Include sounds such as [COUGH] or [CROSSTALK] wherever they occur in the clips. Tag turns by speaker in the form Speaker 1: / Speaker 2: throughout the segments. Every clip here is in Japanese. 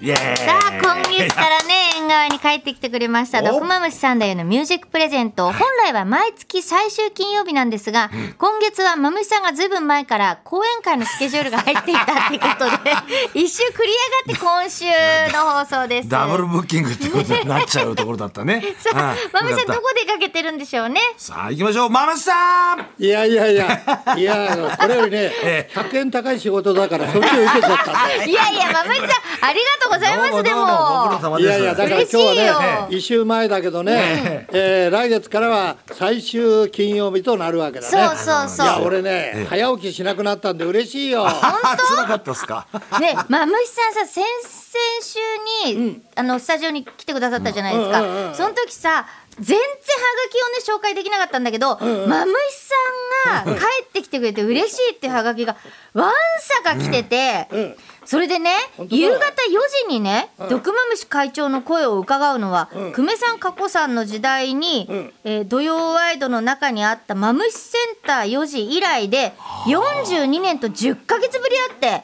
Speaker 1: イエーイ
Speaker 2: さあ今月からね縁側に帰ってきてくれました
Speaker 1: お
Speaker 2: 毒まむしさんだよのミュージックプレゼント本来は毎月最終金曜日なんですが、今月はまむしさんがずいぶん前から講演会のスケジュールが入っていたってことで
Speaker 1: [LAUGHS]
Speaker 2: 一周繰り上がって今週の放送です
Speaker 1: ダブルブッキングってことになっちゃうところだった
Speaker 2: [LAUGHS]
Speaker 1: ね
Speaker 2: さあ
Speaker 1: はい
Speaker 2: まむしさ
Speaker 1: よ
Speaker 2: ん
Speaker 1: か
Speaker 2: ど
Speaker 1: った
Speaker 2: こ出かけてるんでしょうね
Speaker 1: さあ行きましょうマムシさん
Speaker 3: いやいやいや、
Speaker 1: [LAUGHS]
Speaker 3: いや、あのこれよりね、
Speaker 1: え
Speaker 3: 100円高い仕事だから、そっちを受けちゃっ
Speaker 1: [LAUGHS]
Speaker 3: たんで。
Speaker 2: いやいやまむしさんありがとうござい
Speaker 1: ど
Speaker 2: ま
Speaker 1: うも
Speaker 2: すで
Speaker 1: どうもご苦労
Speaker 2: も
Speaker 1: 様
Speaker 3: い
Speaker 1: です
Speaker 3: やいや、だから
Speaker 2: 嬉
Speaker 3: 今日
Speaker 2: しいよ
Speaker 3: はね、一週前だけどね、えー来月からは最終金曜日となるわけだね。
Speaker 2: そうそうそう
Speaker 3: いや、俺ね、早起きしなくなったんで嬉しいよ。
Speaker 1: あ辛かったですか
Speaker 2: ね、まあ、むしさんさ先々週に、あのスタジオに来てくださったじゃないですか、
Speaker 3: うんうんうんうん
Speaker 2: その時さ全然ハガキをね紹介できなかったんだけど、まむしさんが帰ってきてくれて嬉しいっていうハガキがわんさか来てて、
Speaker 3: ん
Speaker 2: それでね
Speaker 3: 本当だ
Speaker 2: 夕方4時にね、毒まむし会長の声を伺うのは、久米さん加子さんの時代に、
Speaker 3: ん
Speaker 2: えー土曜ワイドの中にあったまむしセンター4時以来で42年と10ヶ月ぶりあって。で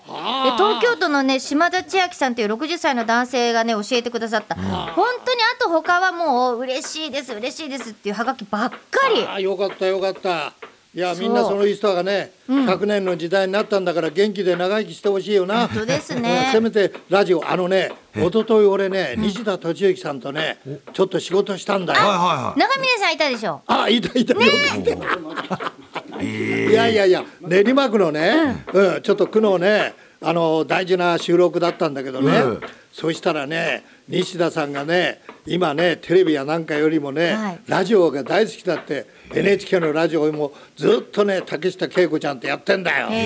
Speaker 2: 東京都のね島田千秋さんという60歳の男性がね教えてくださった、本当にあと他はもう嬉しいです嬉しいですっていうハガキばっかり
Speaker 3: ああ、よかった、よかった。いや、
Speaker 2: そう
Speaker 3: みんなその人がね、100年の時代になったんだから、元気で長生きしてほしいよな。
Speaker 2: 本当です
Speaker 3: うんせ
Speaker 2: ね
Speaker 3: めてラジオあのね一昨日俺ね西田敏行さんとねちょっと仕事したんだ
Speaker 1: はい
Speaker 3: よ
Speaker 1: は
Speaker 2: 長峰さんいたでしょ
Speaker 3: あいたいたよく来て
Speaker 1: いはいえ
Speaker 3: いやいやいや練馬区のね、うんちょっと区のねあの大事な収録だったんだけどね、
Speaker 1: うん
Speaker 3: そしたらね西田さんがね今ねテレビやなんかよりもね、
Speaker 2: はい
Speaker 3: ラジオが大好きだって NHK のラジオもずっとね竹下恵子ちゃんってやってんだよ。ほん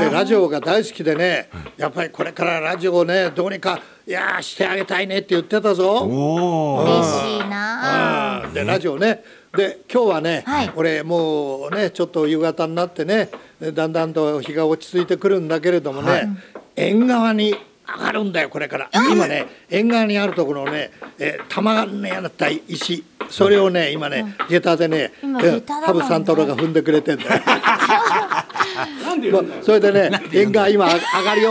Speaker 3: でラジオが大好きでねやっぱりこれからラジオをねどうにかいやーしてあげたいねって言ってたぞ。
Speaker 1: おお
Speaker 2: 嬉しいなあ
Speaker 3: あーでラジオねで今日はね、
Speaker 2: はい
Speaker 3: 俺もうねちょっと夕方になってねだんだんと日が落ち着いてくるんだけれどもね、縁側に上がるんだよこれから今ね縁側にあるところをね、えー、玉がねあった石それをね今ね下駄でね
Speaker 2: 今
Speaker 3: う
Speaker 2: 下
Speaker 3: ん
Speaker 2: 駄だから
Speaker 3: 羽
Speaker 2: ね
Speaker 3: 生さんとろが踏んでくれてんだよ。もうそれでね縁側今上がるよ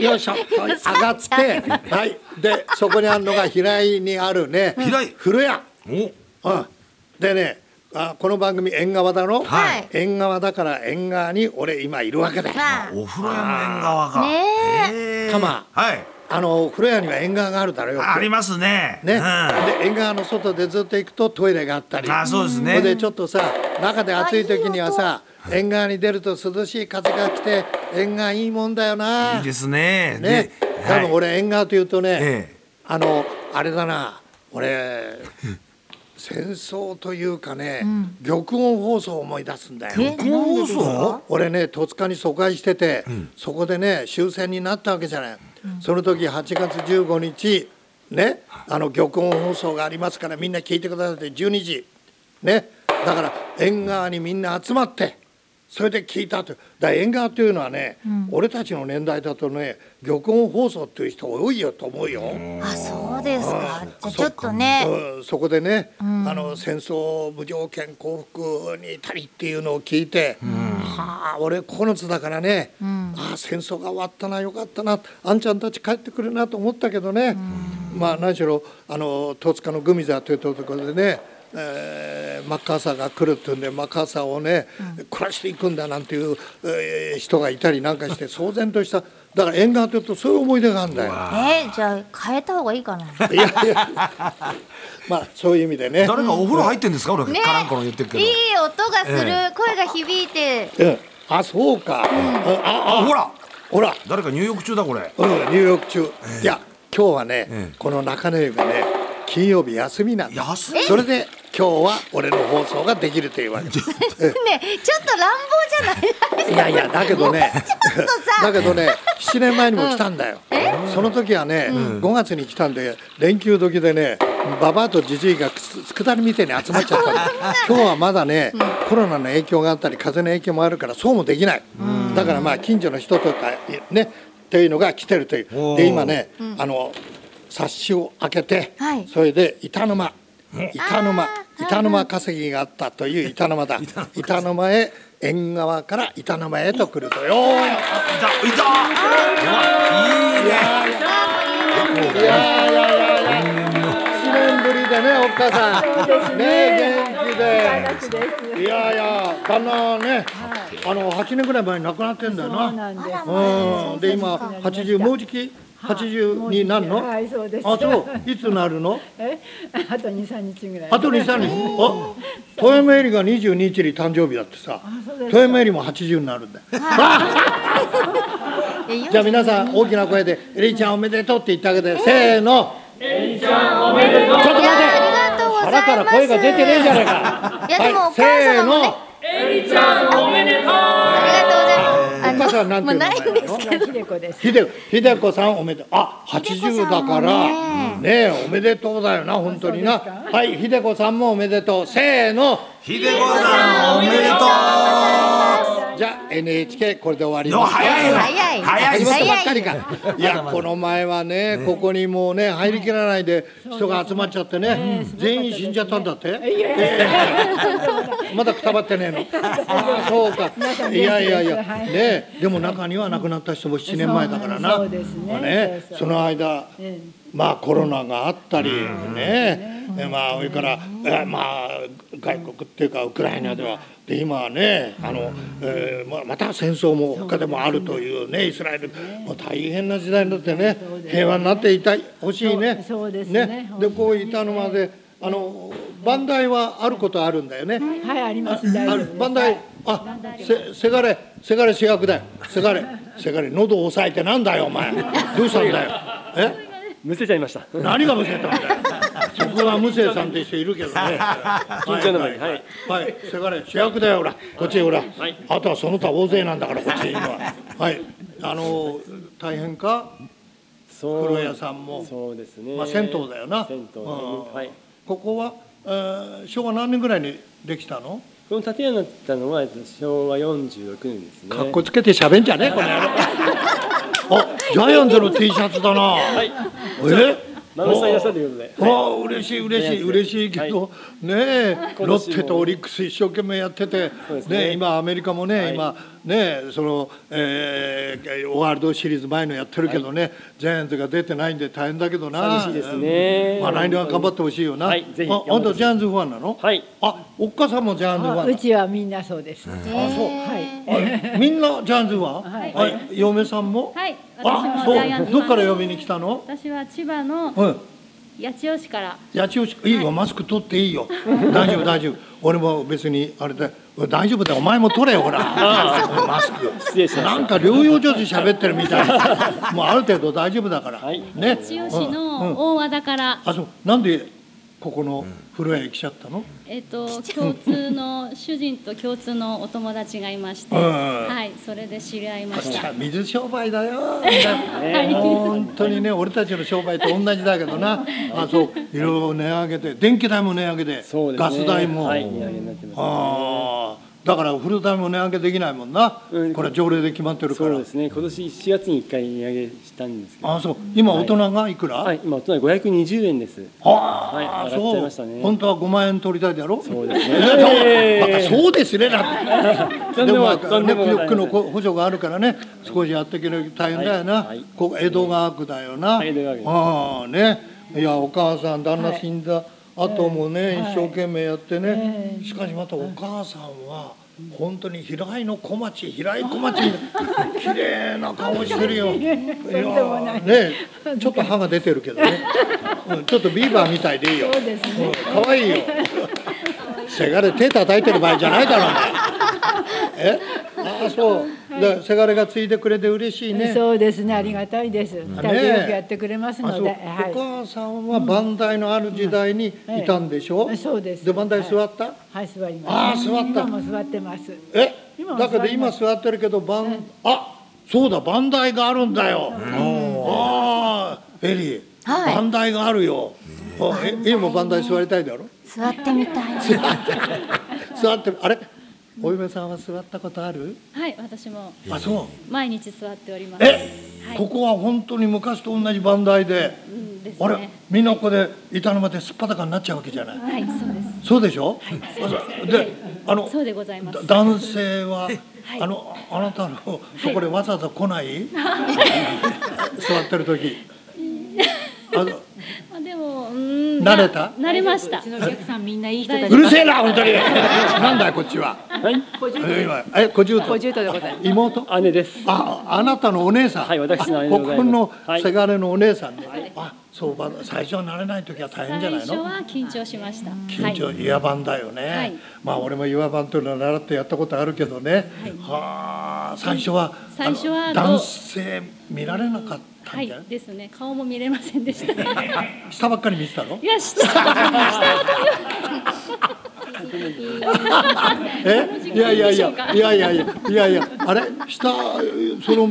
Speaker 3: よよ
Speaker 1: [LAUGHS]
Speaker 3: いしょ上がってはいでそこにあるのが平井にあるね
Speaker 1: 平井
Speaker 3: 古屋。
Speaker 1: お
Speaker 3: うん、でねあこの番組縁側だろ、
Speaker 2: はい
Speaker 3: 縁側だから縁側に俺今いるわけだよ、
Speaker 2: まあ
Speaker 1: お風呂屋の縁側か
Speaker 2: ね
Speaker 1: え
Speaker 3: タマ
Speaker 1: はい
Speaker 3: あの風呂屋には縁側があるだろよく
Speaker 1: ありますね
Speaker 3: ね、
Speaker 1: うんあ
Speaker 3: で縁側の外でずっと行くとトイレがあったり
Speaker 1: そうです
Speaker 3: それで
Speaker 1: ね
Speaker 3: ちょっとさ中で暑い時にはさ縁側に出ると涼しい風が来て縁側いいもんだよない
Speaker 1: いですね
Speaker 3: ね
Speaker 1: で
Speaker 3: 多分
Speaker 1: はい
Speaker 3: 俺縁側というとね、
Speaker 1: ええ
Speaker 3: あのあれだな俺戦争というかね、玉音放送を思い出すんだよ。
Speaker 2: え
Speaker 1: 録音放送
Speaker 3: 俺ね戸塚に疎開してて、そこでね終戦になったわけじゃない、その時8月15日ねあの玉音放送がありますからみんな聞いてくださいって12時ねだから縁側にみんな集まってそれで聞いたとだから縁側というのはね、俺たちの年代だとね玉音放送っていう人多いよと思うよ。
Speaker 2: あそうですかじゃあちょっとね
Speaker 3: うんそこでね、あの戦争無条件降伏にいたりっていうのを聞いて、はあ俺9つだからね、ああ戦争が終わったなよかったなあんちゃんたち帰ってくるなと思ったけどね、まあ何しろあの戸塚のグミザというところでね、えーマッカーサーが来るっていうんでマッカーサーをね、暮らしていくんだなんていう、えー人がいたりなんかして騒然としただから縁側というとそういう思い出があるんだよ。
Speaker 2: えじゃあ変えた方がいいかない
Speaker 3: やいやまあそういう意味でね。
Speaker 1: 誰かお風呂入ってんですか俺
Speaker 2: ね
Speaker 1: カランコロン言ってるけ
Speaker 2: い
Speaker 1: ど
Speaker 2: い音がする、
Speaker 1: え
Speaker 2: 声が響いて
Speaker 3: うん、あそうか、ああ
Speaker 1: あほら
Speaker 3: ほら、
Speaker 1: 誰か入浴中だこれ
Speaker 3: うん、入浴中、いや今日はね、
Speaker 1: ええ
Speaker 3: この中根湯がね金曜日休みなんだ
Speaker 1: 休み
Speaker 3: それで今日は俺の放送ができるというわけ
Speaker 2: ねちょっと乱暴じゃない
Speaker 3: いやいやだけどね
Speaker 2: ちょっとさ
Speaker 3: だけどね7年前にも来たんだよ、その時はね、5月に来たんで連休時でねババアとジジイがくす佃煮みてえに集まっちゃったの今日はまだね、コロナの影響があったり風邪の影響もあるからそうもできない、だからまあ近所の人とかねっていうのが来てるとい
Speaker 1: おー
Speaker 3: うで今ね、あの冊子を開けて、
Speaker 2: はい
Speaker 3: それで板沼板沼
Speaker 2: あー
Speaker 3: 板沼稼ぎがあったという板沼だ板沼へ縁側から板沼へと来ると
Speaker 1: い
Speaker 3: よー
Speaker 1: たいたうわいいね
Speaker 2: あ
Speaker 3: いやいやいやいや一年ぶりでね、おっかさん。ね、元気で。いやいや、旦那ね、あの八年ぐらい前に亡くなってんだよ
Speaker 4: そう
Speaker 3: な。
Speaker 4: なんです。
Speaker 3: うん、で、今八十、もうじき、八十になるの。
Speaker 4: はいはいそうです
Speaker 3: あ、そう、いつなるの。
Speaker 4: え、 [LAUGHS] あと二三日ぐらい。
Speaker 3: あと二三日。あ、富山エリが二十二日に誕生日だってさ
Speaker 4: そうで。す
Speaker 3: 富山エリも八十になるんだよ。
Speaker 2: えよ
Speaker 3: じゃあ皆さん大きな声で「エリちゃんおめでとう」って言ってあげてせーの「エリちゃんおめでとう」ちょっと
Speaker 2: い
Speaker 3: 待って
Speaker 2: やありがとうございます
Speaker 3: 腹から声が出てねえじゃねえか
Speaker 2: いやでも
Speaker 3: は
Speaker 2: お母様もねあ
Speaker 3: せー
Speaker 2: りがとうござい
Speaker 3: のお母
Speaker 2: ます
Speaker 3: さんな
Speaker 2: あ
Speaker 3: ん
Speaker 2: のも
Speaker 3: ていうう名
Speaker 2: ないん
Speaker 3: 前な
Speaker 2: で
Speaker 3: の
Speaker 2: すけど
Speaker 4: ひでこです。
Speaker 3: ひでひでこさんおめでとうあ80だから
Speaker 2: ひ
Speaker 3: ねえおめでとうだよな本当になはいひでこさんもおめでとうせーの
Speaker 1: ひでこさんおめでと
Speaker 3: じゃあ NHK これで終わり
Speaker 1: うよ
Speaker 3: ます
Speaker 1: 早いわ
Speaker 2: 早い
Speaker 1: 早い
Speaker 3: 始まったばっ
Speaker 2: 早
Speaker 3: か
Speaker 2: い
Speaker 3: りか。いや、この前はね、ここにもうね、入りきらないで、人が集まっちゃってね、全員死んじゃったんだって。ええまだくたばってねえの。あ
Speaker 4: [LAUGHS]
Speaker 3: あ、そうか。いやいやいや、
Speaker 4: はい
Speaker 3: ね、でも中には亡くなった人も7年前だからな。
Speaker 4: そうですね
Speaker 3: まあね
Speaker 4: そうそう
Speaker 3: その間。
Speaker 4: え
Speaker 3: まあコロナがあったりね、でまあそれから、えーまあ外国っていうかウクライナではで今はねあの、えーままた戦争も他でもあるというねイスラエルもう大変な時代になってね平和になっていたほしいね。
Speaker 4: そうそうですね
Speaker 3: でこういたのまであの番台はあることあるんだよね。
Speaker 4: えはい、ありま
Speaker 3: あ
Speaker 4: す。大丈夫です。
Speaker 3: 番台あせせがれせがれ主役だよせがれせがれ喉を押さえてなんだよお前どうしたんだよえ
Speaker 5: むせちゃいました。
Speaker 3: 何が無声だんだよ。そこは無声さんって人いるけ [LAUGHS] どね。緊
Speaker 5: 張の前に
Speaker 3: は
Speaker 5: はいい。
Speaker 3: はい、せがれ、主役だよ、ほら、こっちへ、ほら。あとはその他大勢なんだから、こっちにいるのは。はい、あの、大変か。
Speaker 5: そう
Speaker 3: 風呂屋さんも
Speaker 5: そうですね。
Speaker 3: まあ、銭湯だよな。
Speaker 5: 銭湯、
Speaker 3: うん
Speaker 5: はい。
Speaker 3: ここは、えー昭和何年ぐらいにできたの。
Speaker 5: この建屋になったのは昭和46年ですね。
Speaker 3: かっこつけて喋んじゃねえ、この野郎。あ、ジャイアンツの T シャツだな。
Speaker 5: はい。
Speaker 3: え。
Speaker 5: マムさんいらっしゃるということで。
Speaker 3: ああ嬉しい嬉しい
Speaker 5: ね
Speaker 3: 嬉しいけど、ねえロッテとオリックス一生懸命やってて
Speaker 5: そうで
Speaker 3: ね
Speaker 5: すね
Speaker 3: 今アメリカもね、
Speaker 5: はい
Speaker 3: 今ねその、えーワールドシリーズ前のやってるけどね、ジャイアンツが出てないんで大変だけどな
Speaker 5: 寂しいですね
Speaker 3: まあ来年は頑張ってほしいよな、
Speaker 5: はいぜひ
Speaker 3: ああんたジャイアンツファンなの、
Speaker 5: はい
Speaker 3: あおっかさんもジャイアンツファン
Speaker 4: あ
Speaker 3: なの
Speaker 4: うちはみんなそうです。
Speaker 3: あそう
Speaker 4: はい。
Speaker 3: あみんなジャイアンツファン、
Speaker 6: はい
Speaker 3: あ嫁さんも、
Speaker 6: はい、
Speaker 3: あ
Speaker 6: 私もジャイアン
Speaker 3: そう
Speaker 6: ツ
Speaker 3: どっから嫁に来たの、
Speaker 6: 私は千葉の
Speaker 3: うん
Speaker 6: 八千代市から。
Speaker 3: 八千代市いいよ、マスク取っていいよ大丈夫大丈夫俺も別にあれだ大丈夫だよお前も取れよほらマスク
Speaker 5: 失礼しました
Speaker 3: なんか療養所で喋ってるみたいなもうある程度大丈夫だから、
Speaker 5: はい
Speaker 3: ね
Speaker 6: 八千代市
Speaker 3: うんうん
Speaker 6: の大和田から、
Speaker 3: あそうなんでここの風呂屋に来ちゃったの、
Speaker 6: えっ、と共通の主人と共通のお友達がいまして、
Speaker 3: うん
Speaker 6: はい、それで知り合いま
Speaker 3: こっ
Speaker 6: し
Speaker 3: ち
Speaker 6: た。
Speaker 3: は水商売だよ、 [LAUGHS] 本当にね俺たちの商売と同じだけどなあそういろいろ値上げで電気代も値上げで
Speaker 5: そうですね。
Speaker 3: ガス代も、
Speaker 5: はい。値上げになってます。
Speaker 3: ああ、だからフルタイム値上げできないもんな。
Speaker 5: うん
Speaker 3: これ条例で決まってるか
Speaker 5: そ
Speaker 3: ら。
Speaker 5: うですね。今年1月に1回値上げしたんですけど。
Speaker 3: ああ、そう。今大人がいくら？
Speaker 5: はい。今大人520円です。
Speaker 3: ああ、
Speaker 5: はい上がっちゃいました
Speaker 3: そう、
Speaker 5: ね
Speaker 3: 本当は五万円取りたいだろ。そう
Speaker 5: です
Speaker 3: [LAUGHS]
Speaker 5: ね
Speaker 3: そうですね。だって。
Speaker 5: と
Speaker 3: で
Speaker 5: んで
Speaker 3: も
Speaker 5: も
Speaker 3: まあ
Speaker 5: とんで
Speaker 3: ね
Speaker 5: もございま
Speaker 3: ッ
Speaker 5: せん
Speaker 3: クの補助があるからね、少しやっていけないと大変だよな。
Speaker 5: はいはい
Speaker 3: ここ江戸川区だよな。
Speaker 5: 江戸川区です
Speaker 3: ああね、いやお母さん旦那死んだ後もね、一生懸命やってね、しかしまたお母さんは。本当に平井の小町平井小町
Speaker 5: [LAUGHS]
Speaker 3: 綺麗な顔してるよ。いやーねちょっと歯が出てるけどね。うんちょっとビーバーみたいでいいよ。
Speaker 4: そうですね。
Speaker 3: 可愛いよ。せがれ手叩いてる場合じゃないだろうね。え、ああそう。でせがれがついでくれて嬉しいね。
Speaker 4: そうですね。ありがたいです。二人
Speaker 3: ね
Speaker 4: でよくやってくれます
Speaker 3: あ
Speaker 4: の
Speaker 3: そう
Speaker 4: で。
Speaker 3: お
Speaker 4: は
Speaker 3: 母さんは番台のある時代にい
Speaker 4: うん
Speaker 3: たんでしょ。
Speaker 4: はいそうです
Speaker 3: で番台座った。
Speaker 4: い。はい、座ります。
Speaker 3: あー座った
Speaker 4: 今も座ってます。
Speaker 3: え
Speaker 4: 今、は
Speaker 3: だけ
Speaker 4: 座
Speaker 3: ど
Speaker 4: りま
Speaker 3: 今
Speaker 4: す
Speaker 3: 座ってるけど番、あそうだ番台があるんだよ。ああエリー、
Speaker 2: はい
Speaker 3: 番台があるよ。あえエリーも番台座りたいだろ。
Speaker 2: 座ってみたい
Speaker 3: 座ってるあれお嫁さんは座ったことある
Speaker 6: はい、私も
Speaker 3: あそう
Speaker 6: 毎日座っております。
Speaker 3: え、
Speaker 6: はい、
Speaker 3: ここは本当に昔と同じ番台で、
Speaker 6: うんです
Speaker 3: あれ
Speaker 6: ね。
Speaker 3: みんなここで板の間ですっぱだかになっちゃうわけじゃない
Speaker 6: はい、そうです。
Speaker 3: そうでしょ、であの
Speaker 6: そうでございます
Speaker 3: だ男性はあのあな
Speaker 6: [LAUGHS]
Speaker 3: たのところへわざわざ来ない、座ってる時あの
Speaker 6: あでも、うん、
Speaker 3: 慣れた
Speaker 6: 慣れました
Speaker 1: うち。のお客さんみんないい人た
Speaker 3: う
Speaker 1: ち。
Speaker 3: るせえな本当になんだよこっちは
Speaker 1: 小じゅう
Speaker 3: え今え小十
Speaker 1: 小
Speaker 3: と
Speaker 1: じゅうとでございます。
Speaker 3: 妹
Speaker 5: 姉です。
Speaker 3: ああなたのお姉さん
Speaker 5: はい私の姉で
Speaker 3: こ
Speaker 5: ございます
Speaker 3: この
Speaker 5: はい
Speaker 3: せがれのお姉さんで、あそうば最初は慣れない時は大変じゃ
Speaker 6: 最
Speaker 3: ない
Speaker 6: 初
Speaker 3: の
Speaker 6: は緊張しました。
Speaker 3: 緊張、
Speaker 6: はい。
Speaker 3: 岩盤だよね、
Speaker 6: はい
Speaker 3: まあ俺も岩盤というのは習ってやったことあるけどね、はあ最初は
Speaker 6: 最初は
Speaker 3: あの
Speaker 6: どう
Speaker 3: 男性見られなかった
Speaker 6: は
Speaker 3: んじゃない
Speaker 6: い、、ですね。顔も見れませんでし
Speaker 3: [LAUGHS]
Speaker 6: た。い
Speaker 3: 下ばっかり見てたの
Speaker 6: や、した。
Speaker 3: えいやいやいやいやいやいやいやいやあれ下その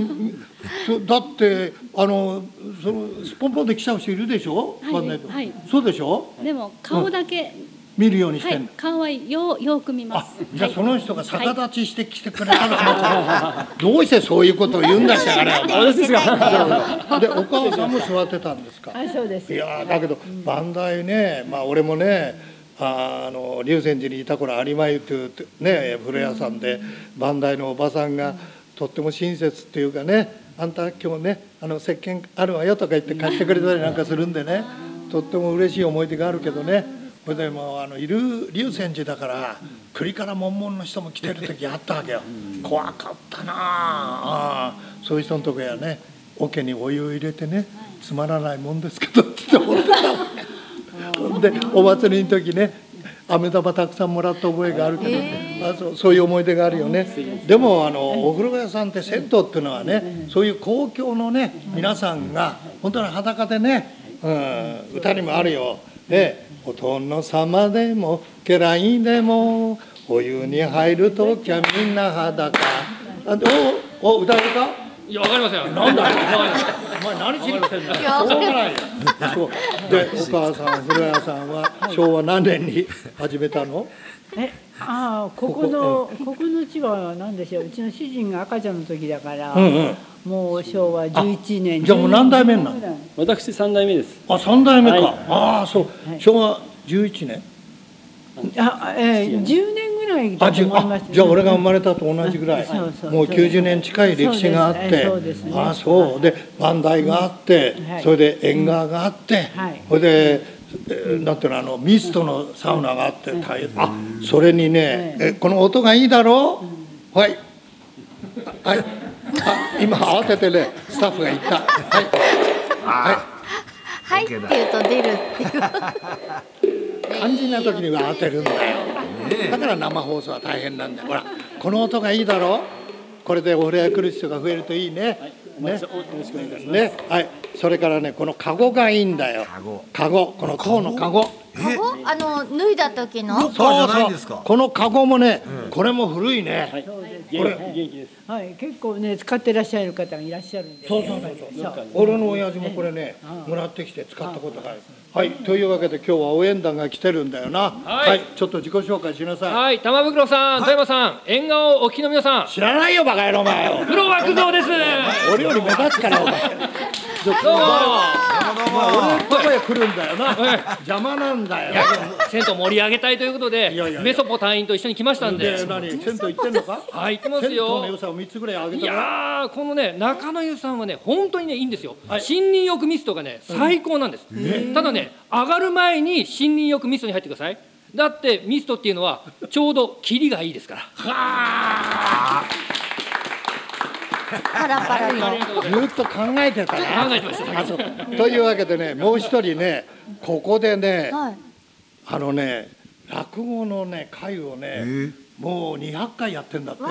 Speaker 3: そだってあのそのスポンポンで来ちゃう人いるでしょ、
Speaker 6: はい
Speaker 3: わかんないと
Speaker 6: はい
Speaker 3: そうでしょ
Speaker 6: でも、顔だけ、
Speaker 3: 見るようにし
Speaker 6: は
Speaker 3: てん
Speaker 6: い
Speaker 3: の、、
Speaker 6: 顔はよう、よく見ま
Speaker 3: あ
Speaker 6: す。
Speaker 3: じゃあそ
Speaker 6: は
Speaker 3: の人が逆立ちしてきてくれたのかな、どうしてそういうことを言うんだしたから
Speaker 2: なんで見せないんだよ。
Speaker 3: でお母さんも座ってたんですか
Speaker 4: あそうです
Speaker 3: いやーだけど磐梯ねまあ俺もねあーあの龍泉寺にいた頃有馬湯というね古屋さんで磐梯のおばさんがとっても親切っていうかねあんた今日ねあの石鹸あるわよとか言って貸してくれたりなんかするんでねとっても嬉しい思い出があるけどねそれでもうあのいる龍泉寺だから栗からもんもんの人も来てる時あったわけよ怖かったなあああそういう人のとこやね桶にお湯を入れてねつまらないもんですけどって思ってた [LAUGHS] でお祭りの時ね飴玉たくさんもらった覚えがあるけど、あそうそういう思い出があるよねでもあのお風呂屋さんって銭湯っていうのはねそういう公共のね皆さんが本当に裸でね、うん、歌にもあるよで「お殿様でも家来でもお湯に入る時はみんな裸」あでおお歌えるか
Speaker 7: いや、わかりませんよ。なんだ
Speaker 3: お前何しに来てんだよ。
Speaker 2: や
Speaker 3: しょうがないよ。そうでお母さん古谷さんは昭和何年に始めたの？
Speaker 4: えああここのここの地は何でしょううちの主人が赤ちゃんの時だから、
Speaker 3: うんうん
Speaker 4: もう昭和11年
Speaker 3: じゃあもう何代目になる
Speaker 4: 12ぐらい
Speaker 5: 私三代目です。
Speaker 3: あ三代目か。
Speaker 5: はい
Speaker 3: ああそう
Speaker 4: はい
Speaker 3: 昭和11年。
Speaker 4: あ、えー、10年ぐらい
Speaker 3: あ
Speaker 4: だ
Speaker 3: じ
Speaker 4: と
Speaker 3: ゅ
Speaker 4: 思いま
Speaker 3: あ
Speaker 4: す
Speaker 3: じゃあ俺が生まれたと同じぐらい。
Speaker 4: そうそう
Speaker 3: もう90年近い歴史があっ
Speaker 4: そう
Speaker 3: て
Speaker 4: ですね。
Speaker 3: あ
Speaker 4: そうですね
Speaker 3: そうで磐梯があって
Speaker 4: うんは、い
Speaker 3: それで縁側があって
Speaker 4: はい、
Speaker 3: それで。えなんていうのあのミストのサウナがあって大変あそれにねえこの音がいいだろうはいはい。あ、今慌ててね、スタッフが言った。はい。は
Speaker 2: はいって言うと出るって
Speaker 3: [LAUGHS]
Speaker 2: いう。
Speaker 3: い。肝心な時には当てるんだよ。だから生放送は大変なんだよ。ほら、この音がいいだろこれでお触れ来る人が増えるといいね。
Speaker 5: お待ちしておよろしくお願いいたします。
Speaker 3: ね、はい。それからね、このカゴがいいんだよ。カゴ。このこうのカゴ。
Speaker 2: カゴあの脱いだ時の。
Speaker 1: カゴじゃないんですか
Speaker 3: このカゴもね、これも古い
Speaker 5: は
Speaker 3: ね。
Speaker 5: い。元気元気です。
Speaker 4: はい、結構ね使ってらっしゃる方がいらっしゃるんで
Speaker 3: そうそうそうそう。
Speaker 4: そう
Speaker 3: 俺の親父もこれね、もらってきて使ったことがある。はい、というわけで今日は応援団が来てるんだよな。
Speaker 7: はい
Speaker 3: はい、ちょっと自己紹介しなさい。
Speaker 7: はい、玉袋さん、富山さん、縁側をお聞きの皆さん、
Speaker 3: 知らないよバカ野郎お前よ。
Speaker 7: 黒枠蔵です。
Speaker 3: 俺より目立つからお前。
Speaker 7: どうも。
Speaker 3: 俺のとこへ来るんだよな。邪魔なんだよ。
Speaker 7: 銭湯盛り上げたいということで
Speaker 3: いやいや、
Speaker 7: メソポ隊員と一緒に来ましたん
Speaker 3: で
Speaker 7: で。
Speaker 3: 何銭湯行ってんのか。
Speaker 7: はい、行ってます
Speaker 3: 銭湯の良
Speaker 7: よ。
Speaker 3: さを三つぐらいあげ
Speaker 7: い
Speaker 3: たら。
Speaker 7: やーこのね中野湯さんはね本当にねいいんですよ、
Speaker 3: はい
Speaker 7: 森林浴ミストがね最高なんです、ただね上がる前に森林浴ミストに入ってくださいだってミストっていうのはちょうど霧がいいですから
Speaker 2: パラパラと。
Speaker 3: ずっと考えてたな。
Speaker 7: 考えてました
Speaker 3: あそうというわけでね、もう一人ね、ここでね、
Speaker 2: はい。
Speaker 3: あのね、落語のね会をね、もう200回やってんだって。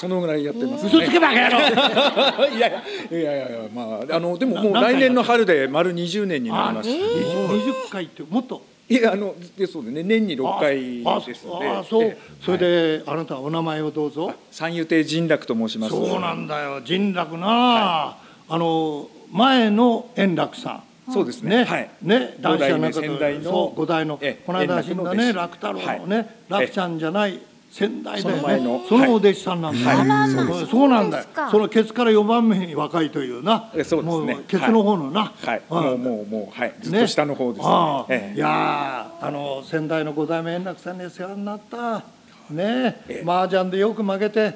Speaker 8: そのぐらいやってます、
Speaker 3: 嘘つけばか野郎
Speaker 7: [LAUGHS]
Speaker 8: いやいやいやいやいやまああのでももう来年の春で丸20年になりました
Speaker 3: 20回ってもっと
Speaker 8: いやあのでそうでね年に6
Speaker 3: あ
Speaker 8: 回ですので
Speaker 3: ああそう、
Speaker 8: え
Speaker 3: それで、あなたお名前をどうぞ
Speaker 8: 三遊亭仁楽と申します
Speaker 3: そうなんだよ人楽な、あの前の円楽さ
Speaker 8: そうです
Speaker 3: ん
Speaker 8: ね
Speaker 3: ね
Speaker 8: はい
Speaker 3: ね
Speaker 8: 五
Speaker 3: 男子
Speaker 8: 代
Speaker 3: は
Speaker 8: 目
Speaker 3: なんかと
Speaker 8: 先代の
Speaker 3: そう五代の
Speaker 8: ええ
Speaker 3: この間死んだね
Speaker 8: 円
Speaker 3: 楽
Speaker 8: 楽
Speaker 3: 太
Speaker 8: の弟子
Speaker 3: 郎のね、
Speaker 8: はい
Speaker 3: 楽ちゃんじゃない先代だよ
Speaker 8: その前
Speaker 3: ね
Speaker 8: の
Speaker 3: そのお弟子さんなんだ、
Speaker 2: はいあら
Speaker 3: そう
Speaker 2: まあ
Speaker 3: そうなんだ
Speaker 2: そうで
Speaker 3: よ
Speaker 2: すか
Speaker 3: そのケツから4番目に若いというな
Speaker 8: えそうですね
Speaker 3: もうケツの方のな、
Speaker 8: はい、
Speaker 3: うん
Speaker 8: もうもうもうはいずっと下の方ですね
Speaker 3: ああ
Speaker 8: ええ
Speaker 3: いやーあの先代の五代目円楽さんに世話になった。ねえ麻雀でよく負け
Speaker 8: [LAUGHS]
Speaker 3: て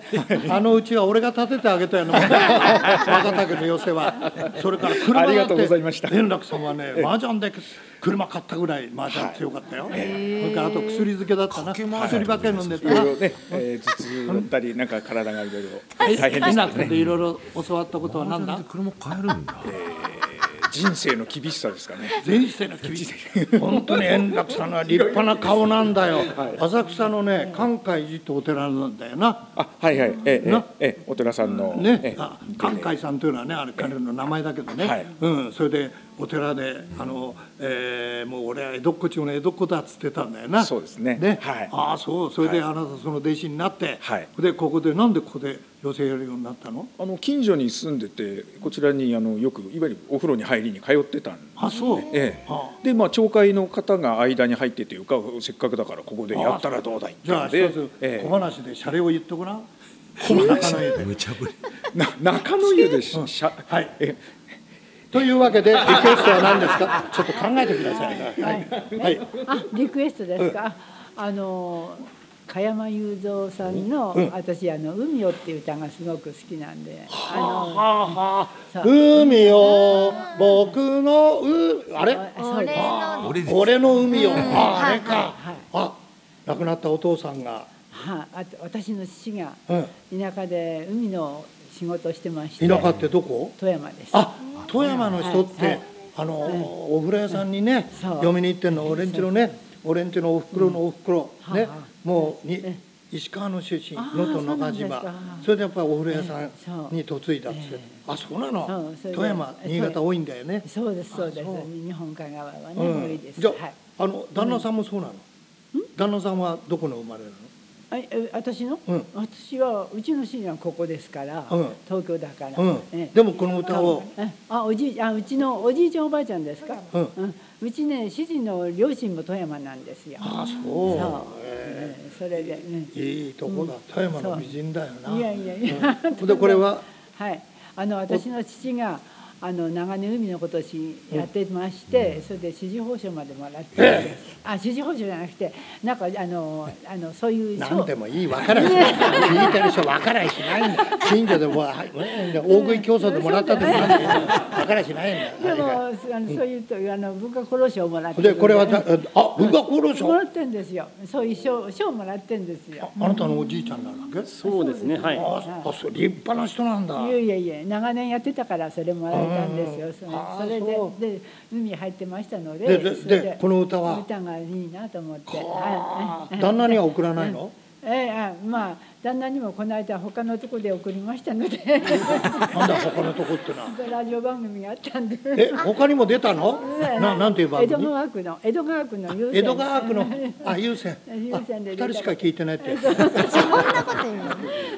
Speaker 3: あのうちは俺が建ててあげたようなもんね若竹の寄せはそれから車だって
Speaker 8: ありがとうございました
Speaker 3: 円楽さんはね麻雀で車買ったぐらい麻雀強かったよ、それからあと薬漬けだったな
Speaker 1: かけ麻
Speaker 3: 薬
Speaker 1: 雀
Speaker 3: ばっかり飲んでた
Speaker 8: いろ
Speaker 3: ない
Speaker 8: ろね、えー頭痛だったりなんか体がいろいろ大変で
Speaker 3: 円
Speaker 8: した
Speaker 3: 楽さん
Speaker 8: ね
Speaker 3: でいろいろ教わったことは何だ
Speaker 1: 車買えるんだ。
Speaker 8: 人生の厳しさですかね
Speaker 3: 前世の厳し
Speaker 8: [LAUGHS]
Speaker 3: い本当に円楽さんは立派な顔なんだよ、浅草のね寛海寺ってお寺なんだよな
Speaker 8: あはいはいえーえ
Speaker 3: な
Speaker 8: ーえーお寺さんのえ
Speaker 3: ね、
Speaker 8: ー
Speaker 3: あ寛海さんというのはねあれ彼の名前だけどね、
Speaker 8: はい
Speaker 3: うん、それでお寺であの、えーもう俺は江戸っ子中の江戸っ子だっつってたんだよな
Speaker 8: そうですねはい
Speaker 3: ああそうそれであなたその弟子になって、
Speaker 8: はい
Speaker 3: でここでなんでここで寄せやるようになったの
Speaker 8: あの近所に住んでてこちらにあのよくいわゆるお風呂に入りに通ってたん
Speaker 3: あそう、
Speaker 8: ええ
Speaker 3: あ
Speaker 8: でまあ町会の方が間に入ってというかせっかくだからここでやったらどうだいって
Speaker 3: じゃあ
Speaker 8: いう
Speaker 3: 一
Speaker 8: ので
Speaker 3: つ
Speaker 8: ええ
Speaker 3: 小話でシャレを言っとくな小話の家で
Speaker 1: 無茶ぶり。
Speaker 8: な中野湯でししゃ、
Speaker 3: はい
Speaker 8: え
Speaker 3: というわけでリクエストは何ですかちょっと考えてくださいはい、はい
Speaker 4: あリクエストですか、あの加山雄三さんの、私あの海よっていう歌がすごく好きなんで、あ
Speaker 3: 海よ僕のうあれ
Speaker 4: のあそう
Speaker 1: 俺
Speaker 2: 俺の
Speaker 4: です
Speaker 1: [LAUGHS] です。
Speaker 3: 俺の海よああ
Speaker 2: はい
Speaker 3: れか
Speaker 4: はい
Speaker 3: あ亡くなったお父さんが
Speaker 4: はいあと私の父が
Speaker 3: うん
Speaker 4: 田舎で海の仕事をしてまして
Speaker 3: 田舎ってどこ
Speaker 4: 富山です
Speaker 3: あ富山の人っ
Speaker 4: は
Speaker 3: て
Speaker 4: い
Speaker 3: あの
Speaker 4: はい
Speaker 3: お風呂屋さんにね
Speaker 4: そう
Speaker 3: 読みに行ってんの俺んちのね俺んちのおふくろのおふくろ
Speaker 4: うん
Speaker 3: ね
Speaker 4: はあは
Speaker 3: もうに
Speaker 4: え
Speaker 3: 石川の出身
Speaker 4: あー
Speaker 3: 能登
Speaker 4: そうな
Speaker 3: 中
Speaker 4: んですか
Speaker 3: 島それでやっぱりお風呂屋さ
Speaker 4: ええそ
Speaker 3: ん
Speaker 4: う
Speaker 3: に嫁いだっつって
Speaker 4: ええ
Speaker 3: あそうな
Speaker 4: そう
Speaker 3: の
Speaker 4: それで
Speaker 3: 富山
Speaker 4: え
Speaker 3: 新潟多いんだよね
Speaker 4: そうですそうで
Speaker 3: あ
Speaker 4: す
Speaker 3: そう
Speaker 4: 日本海側はね、
Speaker 3: う
Speaker 4: 多い
Speaker 3: ん
Speaker 4: です
Speaker 3: じゃ
Speaker 4: はい
Speaker 3: ああの旦那さんもそうなの旦那さんはどこの生まれなの
Speaker 4: あえ私の、
Speaker 3: うん
Speaker 4: 私はうちの主人はここですから、
Speaker 3: うん
Speaker 4: 東京だから、
Speaker 3: うん
Speaker 4: ええ
Speaker 3: でもこの歌を
Speaker 4: ええあおじいあうちのおじいちゃんおばあちゃんですか、
Speaker 3: うん
Speaker 4: うんうちね主人の両親も富山なんですよ
Speaker 3: あ
Speaker 4: そう
Speaker 3: そう、え
Speaker 4: ええそれで、ね
Speaker 3: えいいとこだ、富山の美人だよな。
Speaker 4: いやいやいや、
Speaker 3: うんでこれは
Speaker 4: はい、あの私の父があの長年海のことをしやってまして、それで支持報奨までもらって、あ支持報奨じゃなくてなんかあのあのそういう賞
Speaker 3: 何でもいい分からんし聞いてる人分からんしないんだ近所でもはい大食い競争でもらった時なんて分からんしないんだ
Speaker 4: でも、
Speaker 3: は
Speaker 4: あのそういうとあの文化功労賞をもらっ
Speaker 3: い
Speaker 4: て
Speaker 3: でこれはだ
Speaker 4: も
Speaker 3: あ僕が殺し
Speaker 4: ら
Speaker 3: ょ
Speaker 4: ってんですよ。そういう賞賞もらってんですよ。
Speaker 3: あなたのおじいちゃんなんだっけ
Speaker 5: そうですねはい
Speaker 3: ああそう立派な人なんだ
Speaker 4: いやいやいや長年やってたからそれもらえたんですよ。そ
Speaker 3: あ
Speaker 4: の
Speaker 3: ー
Speaker 4: それ
Speaker 3: そ
Speaker 4: でで海入ってましたので
Speaker 3: でで
Speaker 4: それ
Speaker 3: でこの歌は
Speaker 4: 歌がいいなと思って。
Speaker 3: あ
Speaker 4: はい [LAUGHS]
Speaker 3: 旦那には送らないの
Speaker 4: ええあまあ旦那にもこの間他のとこで送りましたので
Speaker 3: [LAUGHS] なんだ他のとこってのは
Speaker 4: ラジオ番組があったんで。
Speaker 3: え他にも出たのななんていう番
Speaker 4: 江戸
Speaker 3: 組
Speaker 4: 川区の江戸川区の有線
Speaker 3: 江戸川区のあ優先
Speaker 4: 優
Speaker 3: あ
Speaker 4: 先で
Speaker 3: 二
Speaker 4: 出た
Speaker 3: 人しか聞いてないって
Speaker 2: そんなこと言うの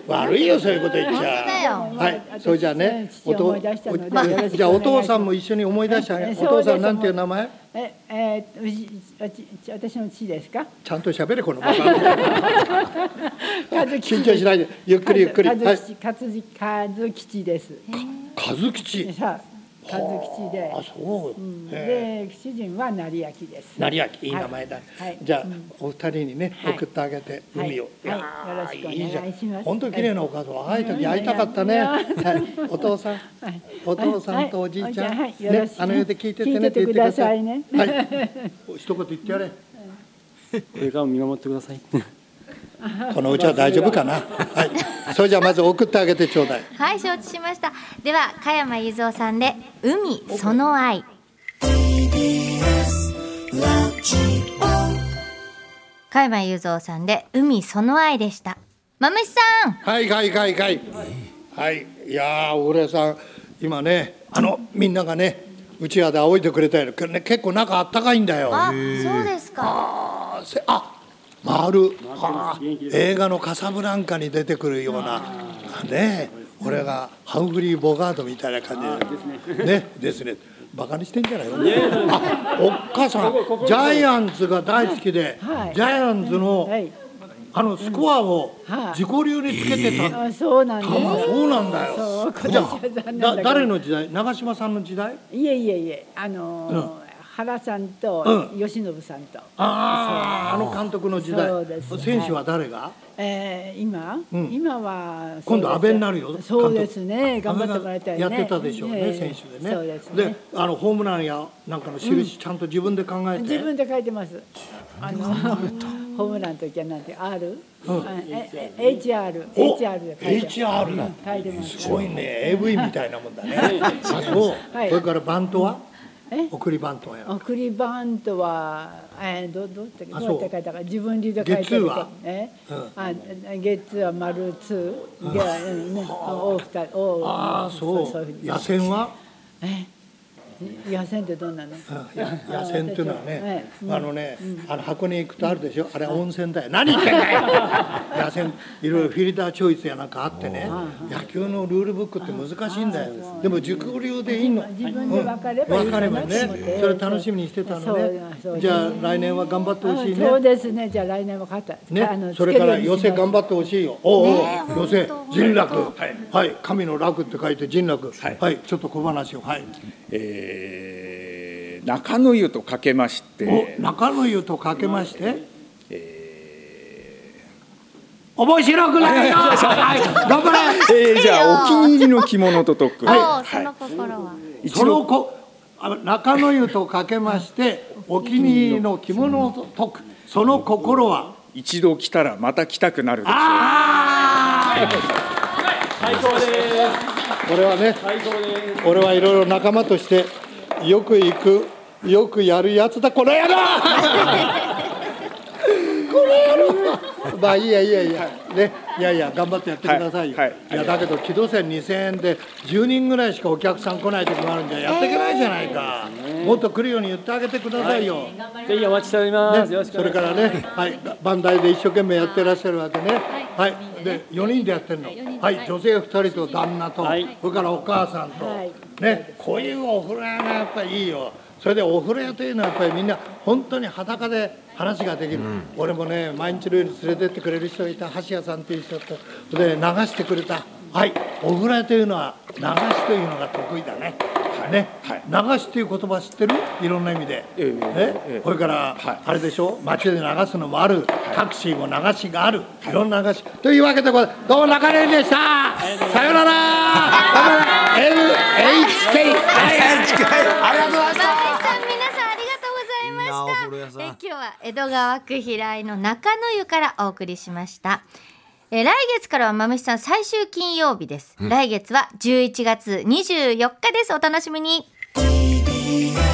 Speaker 3: 悪いよそういうこと言っち
Speaker 2: 本当だ
Speaker 3: ゃ
Speaker 2: よ
Speaker 3: はいそれじゃあね
Speaker 4: 父を思い出したのでよろしくお願いします
Speaker 3: じゃあお父さんも一緒に思い出してあげお
Speaker 4: えそ
Speaker 3: 父
Speaker 4: う
Speaker 3: さ
Speaker 4: で
Speaker 3: ん
Speaker 4: す
Speaker 3: なんていう名前
Speaker 4: [LAUGHS] え、えーうじうちうち私の父ですか。
Speaker 3: ちゃんと喋れこのバカ緊張しないでゆっくりゆっくりは
Speaker 4: 和
Speaker 3: い
Speaker 4: 和吉、和吉、和吉です。
Speaker 3: 和吉
Speaker 4: さあ、和吉で
Speaker 3: あ。そう
Speaker 4: うん
Speaker 3: へ
Speaker 4: で、主人は成明です。
Speaker 3: え成明いい名前だ
Speaker 4: はい
Speaker 3: じゃあ
Speaker 4: うん
Speaker 3: お二人にね
Speaker 4: はい
Speaker 3: 送ってあげて
Speaker 4: はい
Speaker 3: 海を
Speaker 4: はいよろしくお願い
Speaker 3: じゃん
Speaker 4: します
Speaker 3: 本当に綺麗なお母さんああいう時会いたかったね
Speaker 4: [LAUGHS] いや
Speaker 3: はいお父さん
Speaker 4: はい
Speaker 3: お父さんとおじいちゃん、
Speaker 4: はいはいよろしく
Speaker 3: あの世で聞いててね
Speaker 4: 聞いててくださいね
Speaker 3: って言ってくださいはい、一言言ってやれ。
Speaker 5: これからも見守ってください
Speaker 3: このうちは大丈夫かな。はい、それじゃあまず送ってあげてちょうだい。
Speaker 2: はい承知しましたでは加山雄三さんで「海その愛」加山雄三さんで「海その愛」でしたまむしさん
Speaker 3: はいはいはいはい。はい、いやー、小倉さん、今ね、あのみんながね、うちわで仰いでくれたよ。これね結構中あったかいんだよ。
Speaker 2: あそうですか
Speaker 3: あせあ回るあ映画の「カサブランカ」に出てくるようなね俺がハンフリー・ボガードみたいな感じでねですねバカにしてんじゃないのあおっかさんジャイアンツが大好きで
Speaker 4: はい
Speaker 3: ジャイアンツの
Speaker 4: はい。
Speaker 3: あのスコアを
Speaker 4: はい
Speaker 3: 自己流につけてた
Speaker 4: あ、そうなんで
Speaker 3: た
Speaker 4: す。
Speaker 3: まそうなんだ
Speaker 4: そう
Speaker 3: よ
Speaker 4: 今年
Speaker 3: じゃ
Speaker 4: は残念だけ
Speaker 3: あ
Speaker 4: ど
Speaker 3: だ誰の時代長嶋さんの時代
Speaker 4: いえいえいえ、あのー原さんと吉信さんと、
Speaker 3: あああの監督の時代
Speaker 4: そうです
Speaker 3: 選手は誰が
Speaker 4: えー今、今は
Speaker 3: 今度
Speaker 4: そうです
Speaker 3: 安倍になるよ
Speaker 4: そうですね
Speaker 3: 監督
Speaker 4: 頑張ってもらいたいね
Speaker 3: 安倍がやってたでしょうね、
Speaker 4: ええ
Speaker 3: 選手でね
Speaker 4: そうですね
Speaker 3: あのホームランやなんかの印、ちゃんと自分で考えて
Speaker 4: 自分で書いてます。あの
Speaker 3: [LAUGHS]
Speaker 4: ホームランの時はなんて R、あええ HR、
Speaker 3: お
Speaker 4: HR で書いて
Speaker 3: HR だ
Speaker 4: ます。書いてます。
Speaker 3: すごいね AV みたいなもんだ [LAUGHS] ねあそう、
Speaker 4: はい
Speaker 3: それからバントは
Speaker 4: え
Speaker 3: 送りバントはやる
Speaker 4: 送りバントは、えー、どどうってど
Speaker 3: あ
Speaker 4: う
Speaker 3: そう
Speaker 4: やって書いたか自分流で書いて
Speaker 3: 月は
Speaker 4: えあ月は丸ツーで、うんね、お二人お
Speaker 3: ああそう
Speaker 4: そういうふうに
Speaker 3: 野戦は
Speaker 4: 野戦ってどんなの？
Speaker 3: 野野戦っていうのはね、
Speaker 4: うん
Speaker 3: あのね、あの箱根行くとあるでしょ、あれ温泉だよ。何言ってんだよ。野戦いろいろフィルターチョイスやなんかあってね、野球のルールブックって難しいんだよ。でも熟流でいいの。
Speaker 4: 自分で分かればいい
Speaker 3: 分か
Speaker 4: か
Speaker 3: れば
Speaker 4: なと思っ
Speaker 3: ね
Speaker 4: て。、
Speaker 3: それ楽しみにしてたの
Speaker 4: そう
Speaker 3: ね。
Speaker 4: だ
Speaker 3: じゃあ来年は頑張ってほしい
Speaker 4: そ
Speaker 3: ね。
Speaker 4: うですね。じゃあ来年も勝った。あ
Speaker 3: ね
Speaker 4: の、
Speaker 3: それから寄せ頑
Speaker 4: 頑
Speaker 3: 張ってほしいよ。おうおう
Speaker 2: ねえ
Speaker 3: 寄せ
Speaker 2: ほんと
Speaker 3: 人楽
Speaker 2: ほん
Speaker 3: はいはい神の楽って書いて人楽
Speaker 8: はい
Speaker 3: はいちょっと小話をはい。
Speaker 8: えー中野湯とかけまして
Speaker 3: お中野湯とかけまして、面白くないよ頑張れ
Speaker 8: えーじゃあお気に入りの着物と解く、
Speaker 2: おう
Speaker 8: は
Speaker 2: その
Speaker 8: い、
Speaker 2: 心は。
Speaker 8: 一
Speaker 3: その
Speaker 8: 度
Speaker 3: こあ中野湯とかけまして
Speaker 8: [LAUGHS]
Speaker 3: お気に入りの着物を解くその心は
Speaker 8: 一度着たらまた着たくなるです
Speaker 3: あ
Speaker 7: 最高です
Speaker 3: あこれはね
Speaker 7: 最高です
Speaker 3: 俺はいろいろ仲間としてよく行くよくやるやつだこの野郎この野郎まあいいやいいやいやねいやいや頑張ってやってくださいよ、
Speaker 8: はい
Speaker 3: い
Speaker 8: はい
Speaker 3: やだけど木戸線2000円で10人ぐらいしかお客さん来ない時もあるんでやっていけないじゃないか、もっと来るように言ってあげてくださいよ、
Speaker 5: ぜひお待ちしております。よろ
Speaker 3: ね、
Speaker 5: しく
Speaker 3: そ
Speaker 5: お願
Speaker 3: れ
Speaker 5: いし
Speaker 3: か
Speaker 5: ます。
Speaker 3: らね、はい、バンダイで一生懸命やってらっしゃるわけね。は、
Speaker 6: はいい
Speaker 3: で、四人でやってるの
Speaker 6: はい四人。で
Speaker 3: はい
Speaker 6: は、い
Speaker 3: 女性二人と旦那と、
Speaker 5: はい
Speaker 3: それからお母さんと、
Speaker 4: はい
Speaker 3: ね、こういうお風呂屋がやっぱりいいよ。それでお風呂屋というのはやっぱりみんな本当に裸で話ができる、俺もね毎日のように連れてってくれる人がいた橋谷さんっていう人とで流してくれたはいお風呂屋というのは流しというのが得意だね,、ね流しという言葉知ってるいろんな意味で、
Speaker 8: ええ
Speaker 3: ね
Speaker 8: ええ
Speaker 3: これから、あれでしょ街で流すのもあるタクシーも流しがある、い、ろんな流しというわけでございますどうも中根でしたさよなら頑張れ LHK
Speaker 1: ありがとうございまし
Speaker 2: 大さん皆さんありがとうございました
Speaker 1: いいな
Speaker 2: え今日は江戸川区平井の中野湯からお送りしましたえ来月からはまむしさん最終金曜日です、来月は11月24日ですお楽しみに
Speaker 1: た。